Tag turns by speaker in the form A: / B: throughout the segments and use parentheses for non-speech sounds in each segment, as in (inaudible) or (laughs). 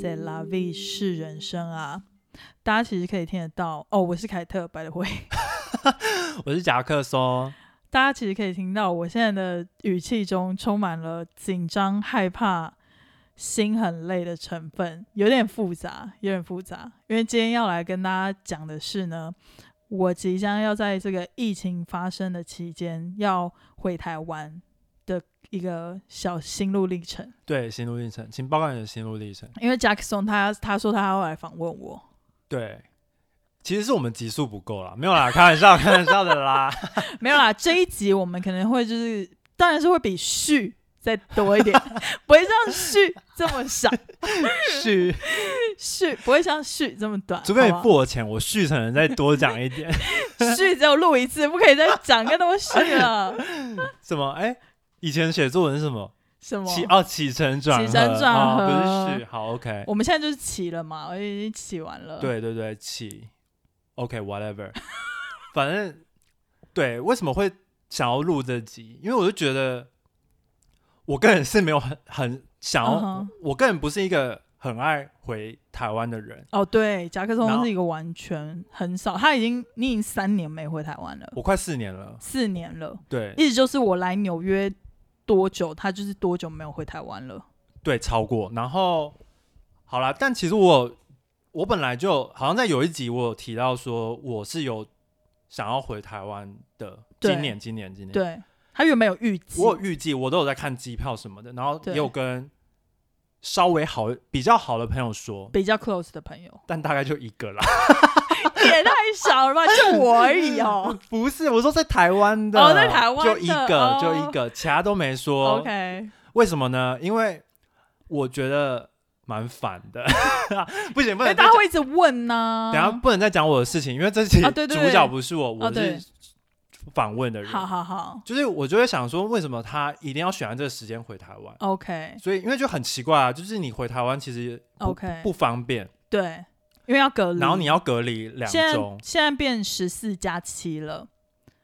A: C'est la vie 是人生啊，大家其实可以听得到哦。我是凯特，白的会，
B: 我是夹克松，
A: (laughs) 大家其实可以听到我现在的语气中充满了紧张、害怕、心很累的成分，有点复杂，有点复杂。因为今天要来跟大家讲的是呢，我即将要在这个疫情发生的期间要回台湾的一个小心路历程。
B: 对，心路历程，请报告你的心路历程。
A: 因为 Jackson 他他说他要来访问我，
B: 对，其实是我们集数不够啦，没有啦， (laughs) 开玩笑，开玩笑的啦。
A: 没有啦，这一集我们可能会就是，当然是会比序再多一点，不会像序这么少，
B: 续，
A: 序不会像序这么短，
B: 除非你
A: 好
B: 付
A: 不
B: 我钱，我续才能再多讲一点。
A: 好序只有录一次，不可以再讲更多序了。
B: (laughs) 什么？哎、以前写作文是什么？
A: 什么？
B: 起哦，起承转合，
A: 起承转合
B: 哦、不是序。好，OK，
A: 我们现在就是起了嘛，我已经起完了。，
B: 对对对，起，OK，whatever，、反正对，为什么会想要录这集？因为我就觉得，我个人是没有很很想要
A: 嗯哼
B: 我个人不是一个很爱回台湾的人。
A: 哦对，夹克
B: 然
A: 松
B: 后
A: 是一个完全很少，他已经你已经三年没回台湾了，
B: 我快四年了，
A: 四年了，
B: 对
A: 一直就是我来纽约多久，他就是多久没有回台湾了。
B: 对，超过。然后好啦，但其实我我本来就好像在有一集我有提到说我是有想要回台湾的，
A: 对
B: 今年今年今年，
A: 对他原本有预计，
B: 我有预计，我都有在看机票什么的，然后
A: 对
B: 也有跟稍微好比较好的朋友说，
A: 比较 close 的朋友
B: 但大概就一个啦。
A: 也太少了吧，就我而已
B: (laughs)
A: 哦。
B: 不是，我说在台湾的，
A: 哦在台湾的
B: 就一个、
A: 哦
B: 就一个，其他都没说。
A: OK，
B: 为什么呢？因为我觉得蛮烦的， (laughs) 不行不
A: 那
B: 能再
A: 哎大
B: 讲
A: 家，会一直问呢、
B: 等一下不能再讲我的事情，因为这期
A: 啊对对对哦
B: 主角不是我，我
A: 对
B: 是访问的人。
A: 好好好
B: 就是我就会想说，为什么他一定要选在这个时间回台湾？
A: ，OK
B: 所以因为就很奇怪啊，就是你回台湾其实不
A: OK，
B: 不方便，
A: 对，因为要隔离，
B: 然后你要隔离两
A: 现在
B: 周，
A: 现在变十四加七了，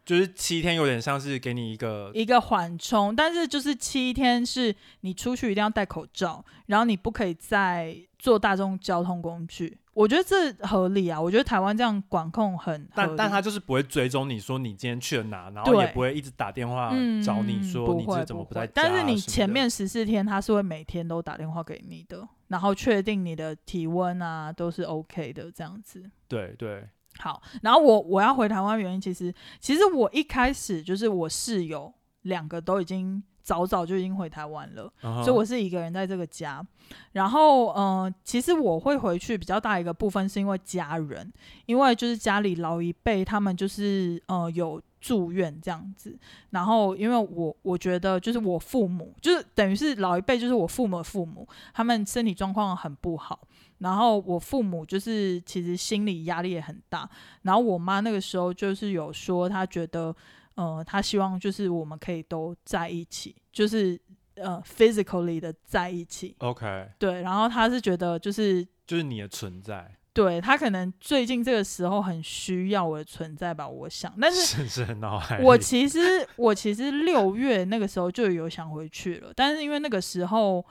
B: 就是七天，有点像是给你一个
A: 一个缓冲，但是就是七天是你出去一定要戴口罩，然后你不可以再坐大众交通工具。我觉得这合理啊，我觉得台湾这样管控很合
B: 但
A: 理
B: 但他就是不会追踪你说你今天去了哪，然后
A: 对
B: 也不会一直打电话
A: 嗯，
B: 找你说
A: 不
B: 你
A: 会
B: 这怎么
A: 不
B: 在
A: 会
B: 家、
A: 但是你前，面十四天他是会每天都打电话给你的，然后确定你的体温啊都是 OK 的这样子。
B: 对对，
A: 好，然后我我要回台湾的原因，其实其实我一开始就是我室友两个都已经早早就已经回台湾了，
B: 所
A: 所以我是一个人在这个家。然后，嗯、其实我会回去比较大一个部分是因为家人，因为就是家里老一辈他们就是呃有住院这样子。然后，因为我我觉得就是我父母，就是等于是老一辈，就是我父母的父母，他们身体状况很不好。然后我父母就是其实心理压力也很大，然后我妈那个时候就是有说，她觉得，呃，她希望就是我们可以都在一起，就是呃 physically 的在一起。
B: OK
A: 对，然后她是觉得就是
B: 就是你的存在，
A: 对她可能最近这个时候很需要我的存在吧，我想。但是
B: 是是脑海里
A: 我其实我其实六月那个时候就有想回去了，但是因为那个时候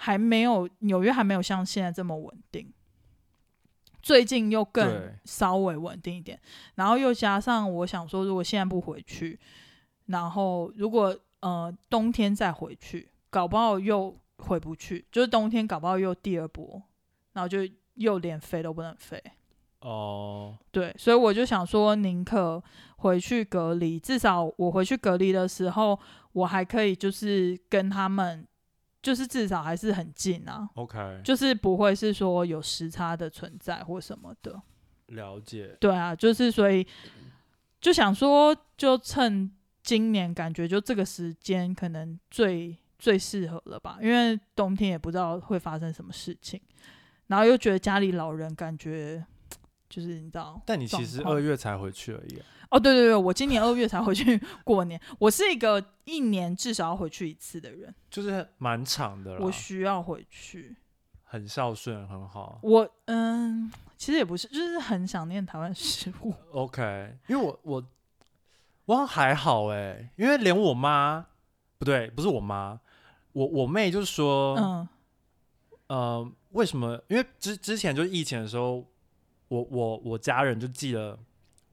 A: 还没有纽约还没有像现在这么稳定，最近又更
B: 对
A: 稍微稳定一点，然后又加上我想说，如果现在不回去，然后如果呃冬天再回去，搞不好又回不去，就是冬天搞不好又第二波，然后就又连飞都不能飞。
B: 哦，
A: 对，所以我就想说，宁可回去隔离，至少我回去隔离的时候，我还可以就是跟他们，就是至少还是很近啊，
B: OK，
A: 就是不会是说有时差的存在或什么的。
B: 了解，
A: 对啊，就是所以就想说，就趁今年感觉就这个时间可能最最适合了吧，因为冬天也不知道会发生什么事情，然后又觉得家里老人感觉就是你知道。
B: 但你其实
A: 状况
B: 二月才回去而已啊，
A: 哦，对对对，我今年二月才回去过年。我是一个一年至少要回去一次的人，
B: 就是蛮长的啦
A: 我，需要回去。
B: 很孝顺，很好
A: 我嗯，其实也不是，就是很想念台湾食物。
B: OK，因为我我我好像还好哎、因为连我妈哦不对，不是我妈，我我妹就是说，
A: 嗯，
B: 呃，为什么？因为之之前就是疫情的时候，我我我家人就寄了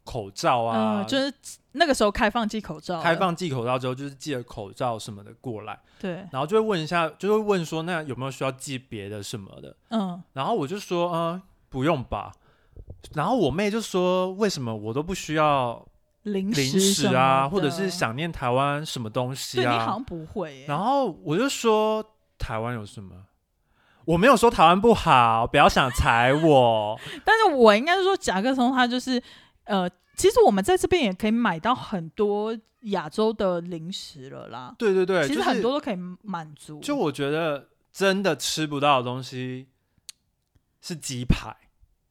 B: 口罩啊，
A: 嗯，就是那个时候开放寄口罩了，
B: 开放寄口罩之后，就是寄了口罩什么的过来，
A: 对，
B: 然后就会问一下，就会问说那有没有需要寄别的什么的，
A: 嗯，
B: 然后我就说啊、呃不用吧。然后我妹就说：“为什么我都不需要
A: 零
B: 零
A: 食
B: 食
A: 什
B: 啊，
A: 么
B: 或者是
A: 的，
B: 想念台湾什么东西
A: 对你
B: 啊？”
A: 好像不会耶，
B: 然后我就说台湾有什么？我没有说台湾不好，不要想踩我。
A: 但是我应该是说甲壳虫它就是呃，其实我们在这边也可以买到很多亚洲的零食了啦，
B: 对对对，
A: 其
B: 就
A: 实
B: 是
A: 很多都可以满足，
B: 就我觉得真的吃不到的东西是鸡排，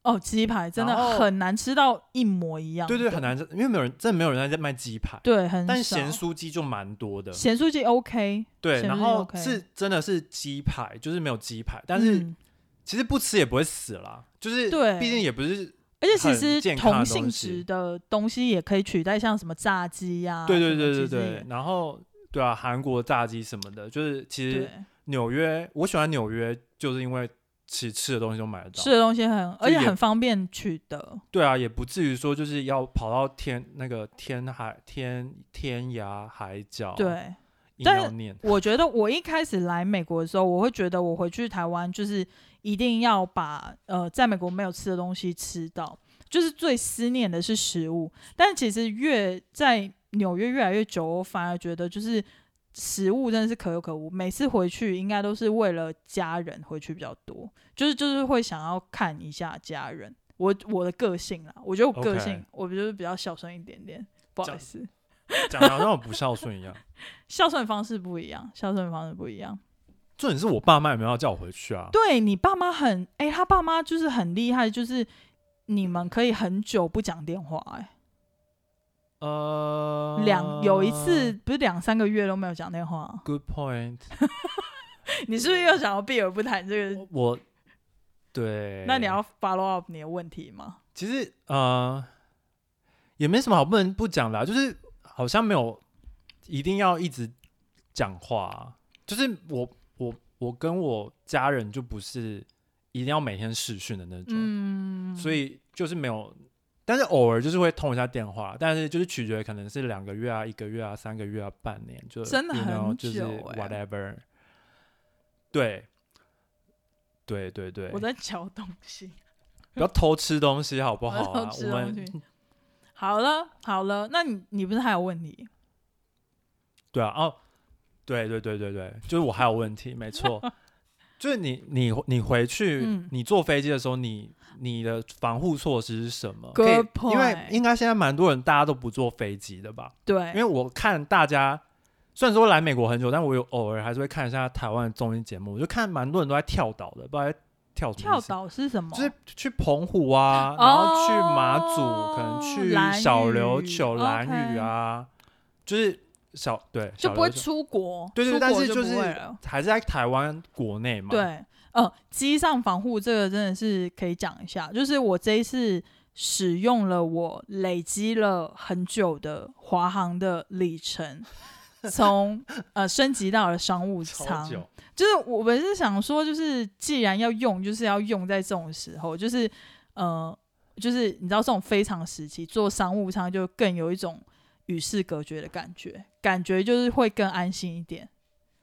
A: 哦，鸡排真
B: 然
A: 的
B: 后
A: 很难吃到一模一样的，
B: 对对，很难，因为没有人，真的没有人在卖鸡排。
A: 对，很
B: 但
A: 少
B: 咸酥鸡就蛮多的，
A: 咸酥鸡 OK，
B: 对，
A: 咸酥
B: 然
A: 鸡
B: 后
A: OK
B: 是真的是鸡排，就是没有鸡排，但是
A: 嗯
B: 其实不吃也不会死啦，就是
A: 对
B: 毕竟也不是，
A: 而且其
B: 很
A: 实
B: 健康
A: 同
B: 的东
A: 性
B: 西
A: 质的东西也可以取代，像什么炸鸡呀、
B: 对对
A: 啊什么
B: 对
A: 其
B: 对
A: 实也
B: 对，然后对啊，韩国炸鸡什么的，就是其实
A: 对，
B: 纽约，我喜欢纽约，就是因为其实吃的东西都买得到。
A: 吃的东西很，而且
B: 也
A: 很方便取得。
B: 对啊，也不至于说就是要跑到天那个天海天天涯海角，，
A: 对，
B: 硬
A: 但
B: 要念。
A: 我觉得我一开始来美国的时候，我会觉得我回去台湾就是一定要把呃在美国没有吃的东西吃到，就是最思念的是食物。但其实越在纽约越来越久，我反而觉得就是食物真的是可有可无。每次回去应该都是为了家人回去比较多，就是就是会想要看一下家人。我我的个性啦，我觉得我个
B: OK
A: 性我就是比较孝顺一点点，不好
B: 这
A: 意
B: 样
A: 思，
B: 讲的好像我不孝顺
A: (laughs)
B: 一样。
A: 孝顺方式不一样，孝顺方式不一样。
B: 重点是我爸妈也没有要叫我回去啊。
A: 对你爸妈很，哎、他爸妈就是很厉害，就是你们可以很久不讲电话、诶
B: 呃
A: 哎，，两有一次不是两三个月都没有讲电话，
B: ，Good point，
A: (laughs) 你是不是又想要避而不谈这个？
B: 我对，
A: 那你要 follow up 你的问题吗？
B: 其实呃也没什么好不能不讲的、啊，就是好像没有一定要一直讲话啊、就是我我我跟我家人就不是一定要每天视讯的那种，
A: 嗯，
B: 所以就是没有，但是偶尔就是会通一下电话，但是就是取决可能是两个月啊、一个月啊、三个月啊、半年，就
A: 真的
B: you know，
A: 很
B: 就是
A: 久欸
B: whatever，对。对对对，
A: 我在嚼东西，
B: 不要偷吃东西好不好、
A: 我在
B: 啊？
A: 吃
B: 我
A: 东
B: 们
A: 西。好了好了，那你你不是还有问题？
B: 对啊，哦，对对对对对，就是我还有问题，没
A: (laughs)
B: 错，就是你你你回去，
A: 嗯
B: 你坐飞机的时候，你你的防护措施是什么
A: Good
B: 可以因为
A: point
B: 应该现在蛮多人大家都不坐飞机的吧？
A: 欸对，
B: 因为我看大家。虽然说来美国很久，但我有偶尔还是会看一下台湾的综艺节目，我就看蛮多人都在跳岛的，不知道在跳什么
A: 跳
B: 意思，
A: 岛是什么？哦
B: 就是去澎湖啊，然后去马祖，可能去小琉球、
A: 蓝屿
B: 蓝屿啊，就是小对，
A: 就
B: 小
A: 不会
B: 琉球
A: 出国，
B: 对对
A: 出
B: 但
A: 国
B: 是
A: 就
B: 就
A: 不
B: 是
A: 会了
B: 还是在台湾国内嘛？，
A: 对，呃，机上防护这个真的是可以讲一下，就是我这一次使用了我累积了很久的华航的里程，从呃升级到了商务
B: 超
A: 舱，
B: 久。
A: 就是我们是想说，就是既然要用，就是要用在这种时候，就是呃，就是你知道这种非常时期坐商务舱就更有一种与世隔绝的感觉，感觉就是会更安心一点。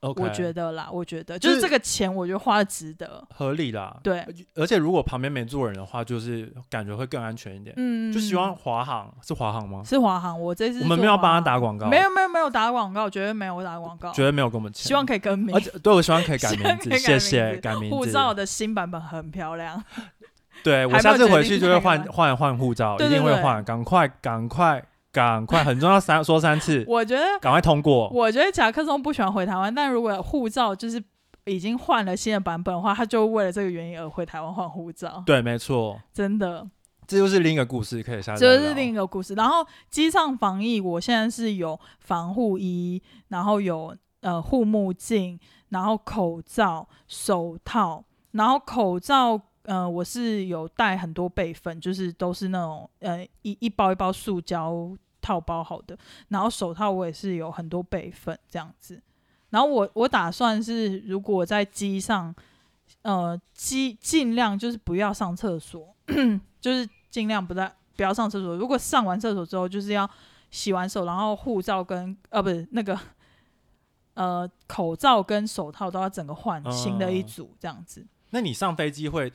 B: OK，
A: 我觉得啦，我觉得
B: 就
A: 就
B: 呃
A: 是是这个钱，我觉得花的值得。
B: 合理啦。，
A: 对，
B: 而且如果旁边没坐人的话，就是感觉会更安全一点。
A: 嗯，
B: 就希望华航是华航吗？
A: 是华航，我这次
B: 我们没有帮他
A: 他
B: 打广告，
A: 没，有没有没有打广告，绝对没有打广告，
B: 绝对没有给我们钱。
A: 希望可以更名
B: 而，且对我希望可以改
A: (laughs) 希望
B: 名
A: 可
B: 字，
A: 以改
B: 谢谢
A: 名字
B: 改名字。
A: 护照的新版本很漂亮，
B: 对
A: 还
B: 我
A: 没
B: 下
A: 有
B: 次
A: 决
B: 回
A: 定
B: 去就
A: 那个
B: 会换
A: 吗
B: 换换护照，
A: 对
B: 一
A: 对
B: 定会
A: 对
B: 换，赶快赶快赶快，很重要三说三次，
A: 我觉得
B: 赶快通过。
A: 我觉得甲克松不喜欢回台湾，但如果护照就是已经换了新的版本的话，他就为了这个原因而回台湾换护照，
B: 对，没错，
A: 真的，
B: 这就是另一个故事，可以下次
A: 这
B: 再
A: 就是
B: 聊
A: 另一个故事。然后机上防疫，我现在是有防护衣，然后有呃护目镜，然后口罩、手套，然后口罩。呃，我是有带很多备份，就是都是那种呃一一包一包塑胶套包好的，然后手套我也是有很多备份这样子。然后我我打算是，如果在机上呃，尽尽量就是不要上厕所， (clears throat) 就是尽量不在不要上厕所。如果上完厕所之后，就是要洗完手，然后护照跟呃不是那个呃口罩跟手套都要整个换新的一
B: 嗯
A: 组这样子。
B: 那你上飞机会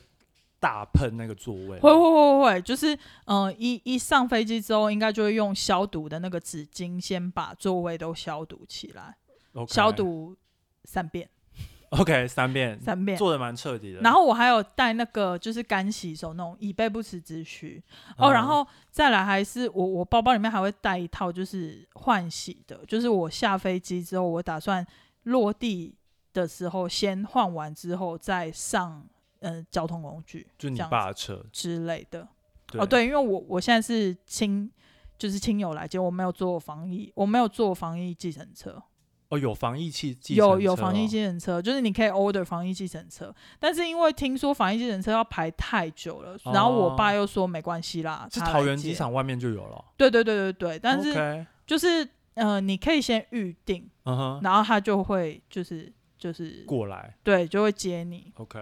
B: 大喷那个座位吗？
A: 会会会会，就是嗯、呃一一上飞机之后，应该就会用消毒的那个纸巾先把座位都消毒起来
B: OK
A: 消毒三遍，
B: (laughs) OK 三遍，
A: 三遍。
B: 嗯做的蛮彻底的。
A: 然后我还有带那个就是干洗手那种，以备不时之需哦。
B: 嗯
A: 然后再来还是我我包包里面还会带一套就是换洗的，就是我下飞机之后，我打算落地的时候先换完之后再上嗯、呃交通工具
B: 就你
A: 这样
B: 爸的车，
A: 之类的。哦，，对，因为我我现在是亲，就是亲友来接，我没有坐防疫，我没有坐防疫计程车，
B: 哦有防疫器，计
A: 有
B: 程
A: 有
B: 车
A: 防疫
B: 哦
A: 计程车，就是你可以 order 防疫计程车，但是因为听说防疫计程车要排太久了，然后我爸
B: 哦
A: 又说没关系啦，
B: 是
A: 他来
B: 桃园机
A: 接，
B: 场外面就有了，
A: 对对对对对，但是
B: OK，
A: 就是呃，你可以先预定，
B: 嗯哼，
A: 然后他就会就是就是
B: 过来
A: 对就会接你，
B: ，OK，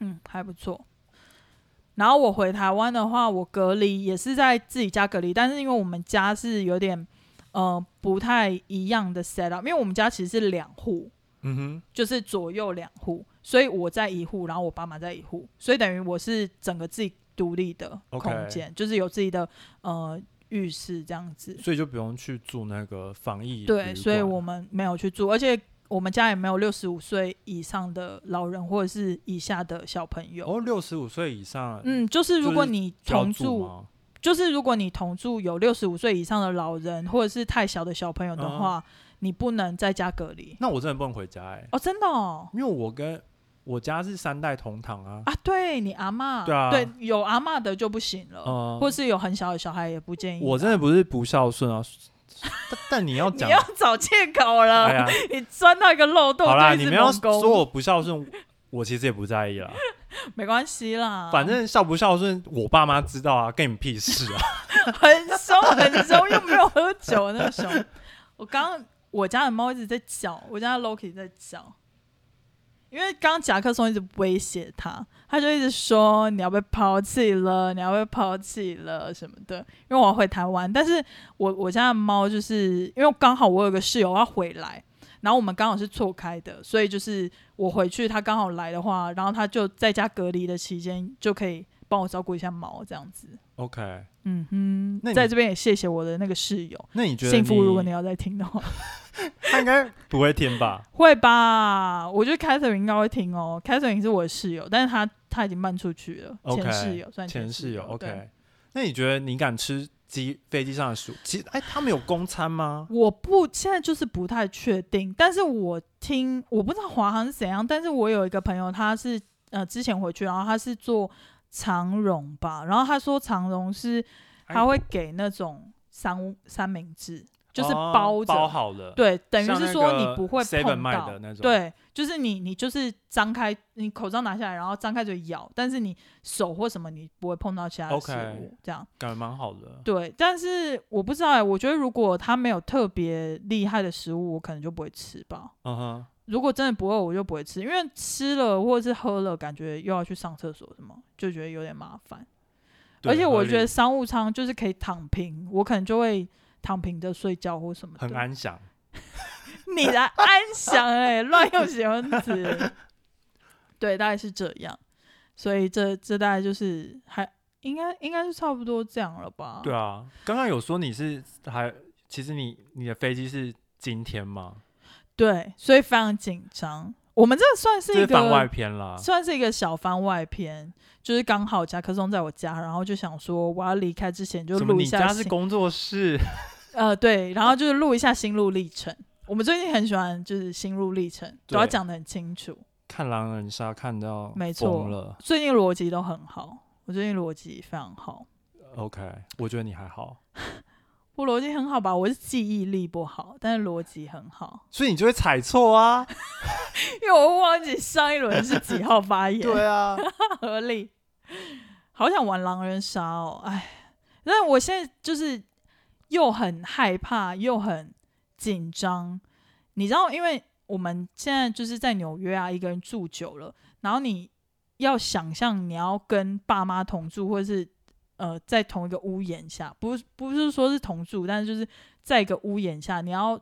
A: 嗯，还不错。然后我回台湾的话，我隔离也是在自己家隔离，但是因为我们家是有点呃不太一样的 set up，因为我们家其实是两户，
B: 嗯哼，
A: 就是左右两户，所以我在一户，然后我爸妈在一户，所以等于我是整个自己独立的
B: OK
A: 空间就是有自己的呃浴室这样子。
B: 所以就不用去住那个防疫
A: 对，
B: 旅
A: 所以
B: 馆
A: 我们没有去住，而且我们家也没有六十五岁以上的老人或者是以下的小朋友。
B: 哦六十五岁以上，，
A: 嗯，就是如
B: 就
A: 果
B: 是
A: 你
B: 要
A: 同
B: 住
A: 住，
B: 吗？
A: 就是如果你同住有六十五岁以上的老人或者是太小的小朋友
B: 嗯
A: 的话，你不能在家隔离
B: 那我真的不能回家哎，
A: 哦，真的哦
B: 因为我跟我家是三代同堂啊，
A: 啊，对你阿嬷，
B: 对啊
A: 有阿嬷的就不行了，
B: 嗯
A: 或是有很小的小孩也不建议。啊
B: 我真的不是不孝顺
A: (laughs)
B: 啊，但但你要
A: 哎你
B: 讲，
A: 要找借口了，
B: 哎呀，
A: 你钻到一个漏洞，
B: 好啦，
A: 就
B: 你
A: 一直
B: 们要
A: 猛攻
B: 说我不孝顺，我其实也不在意
A: (laughs)
B: 啦，
A: 没关系啦，
B: 反正孝不孝顺，我爸妈知道啊，跟你们屁
A: (laughs)
B: 事啊。
A: 很凶很凶，又没有喝酒那个凶。我刚刚我家的猫一直在叫，我家的 Loki 在叫，因为刚刚夹克松一直威胁他，他就一直说你要被抛弃了，你要被抛弃了什么的。因为我要回台湾，但是我我家的猫就是因为刚好我有个室友要回来。然后我们刚好是错开的，所以就是我回去，他刚好来的话，然后他就在家隔离的期间就可以帮我照顾一下猫这样子。
B: OK，
A: 嗯哼，
B: 那你
A: 在这边也谢谢我的那个室友，
B: 那你觉得
A: 幸福，如果你
B: 你
A: 要在听的话，
B: 他应该不会
A: (laughs)
B: 听吧？
A: 会吧？我觉得 Catherine 应该会听哦。Catherine 是我的室友，但是她她已经搬出去了
B: OK，
A: 前室友算
B: 前室
A: 室
B: 友
A: 对
B: OK，那你觉得你敢吃机飞机上的薯？其实哎，他们有公餐吗？
A: 我不现在就是不太确定，但是我听我不知道华航是怎样，但是我有一个朋友，他是呃之前回去，然后他是做长荣吧，然后他说长荣是
B: 哎
A: 他会给那种三三明治，就是
B: 哦
A: 包着、
B: 包好了，，
A: 对，等于
B: 像
A: 是
B: 那
A: 说
B: 个
A: 你不会
B: 7-Eleven
A: 碰
B: 卖
A: 到
B: 的那种
A: 对，就是你你就是张开你口罩拿下来，然后张开嘴咬，但是你手或什么你不会碰到其他的食
B: OK
A: 物，这样
B: 感觉蛮好的。
A: 对。但是我不知道、欸，我觉得如果它没有特别厉害的食物，我可能就不会吃吧。
B: 嗯哼，
A: 如果真的不饿，我就不会吃，因为吃了或者是喝了，感觉又要去上厕所什么，就觉得有点麻烦。
B: 对
A: 而且我
B: 合理
A: 觉得商务舱就是可以躺平，我可能就会躺平着睡觉或什么的，
B: 很安详。
A: (laughs) 你来安详哎、乱用形容词。对，大概是这样。所以这这大概就是还应该应该是差不多这样了吧？
B: 对啊，刚刚有说你是还，其实你你的飞机是今天吗？
A: 对，所以非常紧张。我们这算是一
B: 这是番外
A: 个
B: 篇啊啦。
A: 算是一个小番外篇，就是刚好夹克松在我家，然后就想说我要离开之前就
B: 怎么
A: 录一
B: 你
A: 下
B: 家是
A: 心
B: 工作室？ (laughs)
A: 呃对，然后就是录一下心路历程。我们最近很喜欢就是心路历程，都要
B: 对
A: 讲的很清楚。
B: 看狼人杀看到
A: 没错
B: 疯了。
A: 最近逻辑都很好，我最近逻辑非常好。
B: OK，我觉得你还好，
A: 我逻辑很好吧，我是记忆力不好，但是逻辑很好，
B: 所以你就会踩
A: (laughs)
B: 错啊。
A: 因为我会忘记上一轮是几号发 (laughs) 言，
B: 对啊，
A: 合理。 (laughs) 好想玩狼人杀哦，哎，但我现在就是又很害怕，又很紧张。你知道，因为我们现在就是在纽约啊，一个人住久了，然后你要想象你要跟爸妈同住，或者是呃在同一个屋檐下，不是不是说是同住，但是就是在一个屋檐下，你要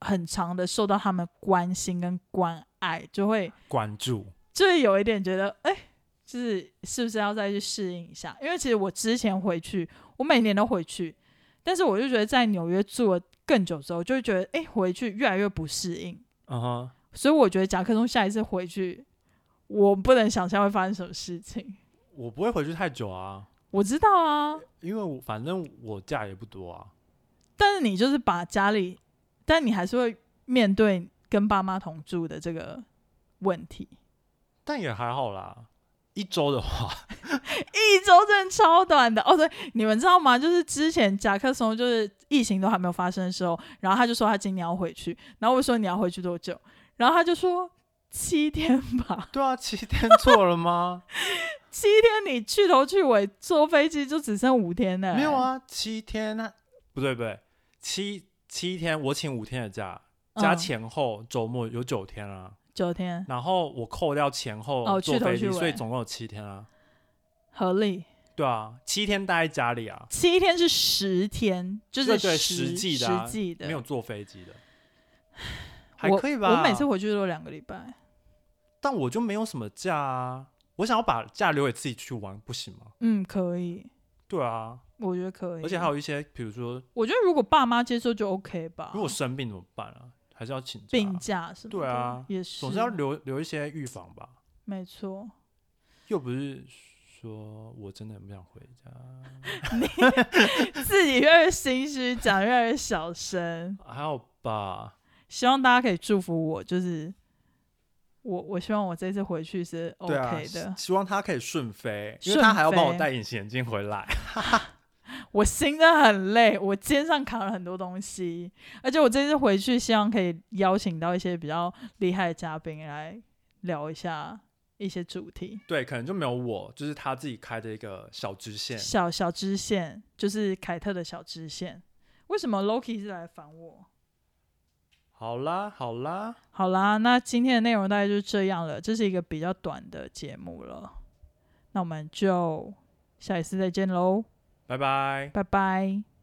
A: 很长的受到他们关心跟关爱，就会
B: (laughs) 关注，
A: 就会有一点觉得，哎、就是是不是要再去适应一下？因为其实我之前回去，我每年都回去，但是我就觉得在纽约住了更久之后，就会觉得，哎、回去越来越不适应。
B: 嗯哼，
A: 所以我觉得甲壳虫下一次回去，我不能想象会发生什么事情。
B: 我不会回去太久啊，
A: 我知道啊，
B: 因为我反正我假也不多啊，
A: 但是你就是把家里，但你还是会面对跟爸妈同住的这个问题。
B: 但也还好啦。一周的话，
A: 一周真的超短的哦。对，你们知道吗？就是之前甲壳虫就是疫情都还没有发生的时候，然后他就说他今年要回去，然后我说你要回去多久？然后他就说七天吧， (laughs)
B: (laughs) 对啊，七天错了 (laughs) 吗？
A: 七天你去头去尾坐飞机就只剩五天了、
B: 没有，啊，七天那不对不对，七七天我请五天的假，加
A: 嗯
B: 前后周末有九天啊。
A: 九天
B: 然后我扣掉前后
A: 哦
B: 坐
A: 去头
B: 飞
A: 去
B: 机，
A: 尾
B: 所以总共有七天啊。
A: 合理。
B: 对啊，七天待在家里啊，
A: 七天是十天，就是
B: 对对
A: 实
B: 实际的啊
A: 实际的
B: 没有坐飞机 (sighs) 的，还
A: 我
B: 可以吧？
A: 我每次，回去都两个礼拜，
B: 但我就没有什么假啊，我想要把假留给自己去玩，不行吗？
A: 嗯，可以，
B: 对啊，
A: 我觉得可以。
B: 而且还有一些，比如说
A: 我觉得如果爸妈接受就 OK 吧。
B: 如果生病怎么办啊？还是要请假啊、
A: 病假什么的，
B: 对啊
A: 也是，
B: 总是要留留一些预防吧。
A: 没错。
B: 又不是说我真的很不想回家，
A: (laughs) 自己越来越心虚，讲越来越小声。
B: 还好吧？
A: 希望大家可以祝福我，就是我，我希望我这次回去是
B: 对啊
A: OK 的。
B: 希望他可以顺飞，因为
A: 顺
B: 他还要帮我
A: 飞
B: 戴隐形眼镜回来。 (laughs)
A: 我心真的很累，我肩上扛了很多东西，而且我这次回去希望可以邀请到一些比较厉害的嘉宾来聊一下一些主题。
B: 对，可能就没有我，就是他自己开的一个小支线。
A: 小小支线就是凯特的小支线，为什么 Loki 是来烦我？
B: 好啦，好啦，
A: 好啦，那今天的内容大概就是这样了，这是一个比较短的节目了，那我们就下一次再见喽，
B: 拜拜。
A: 拜拜。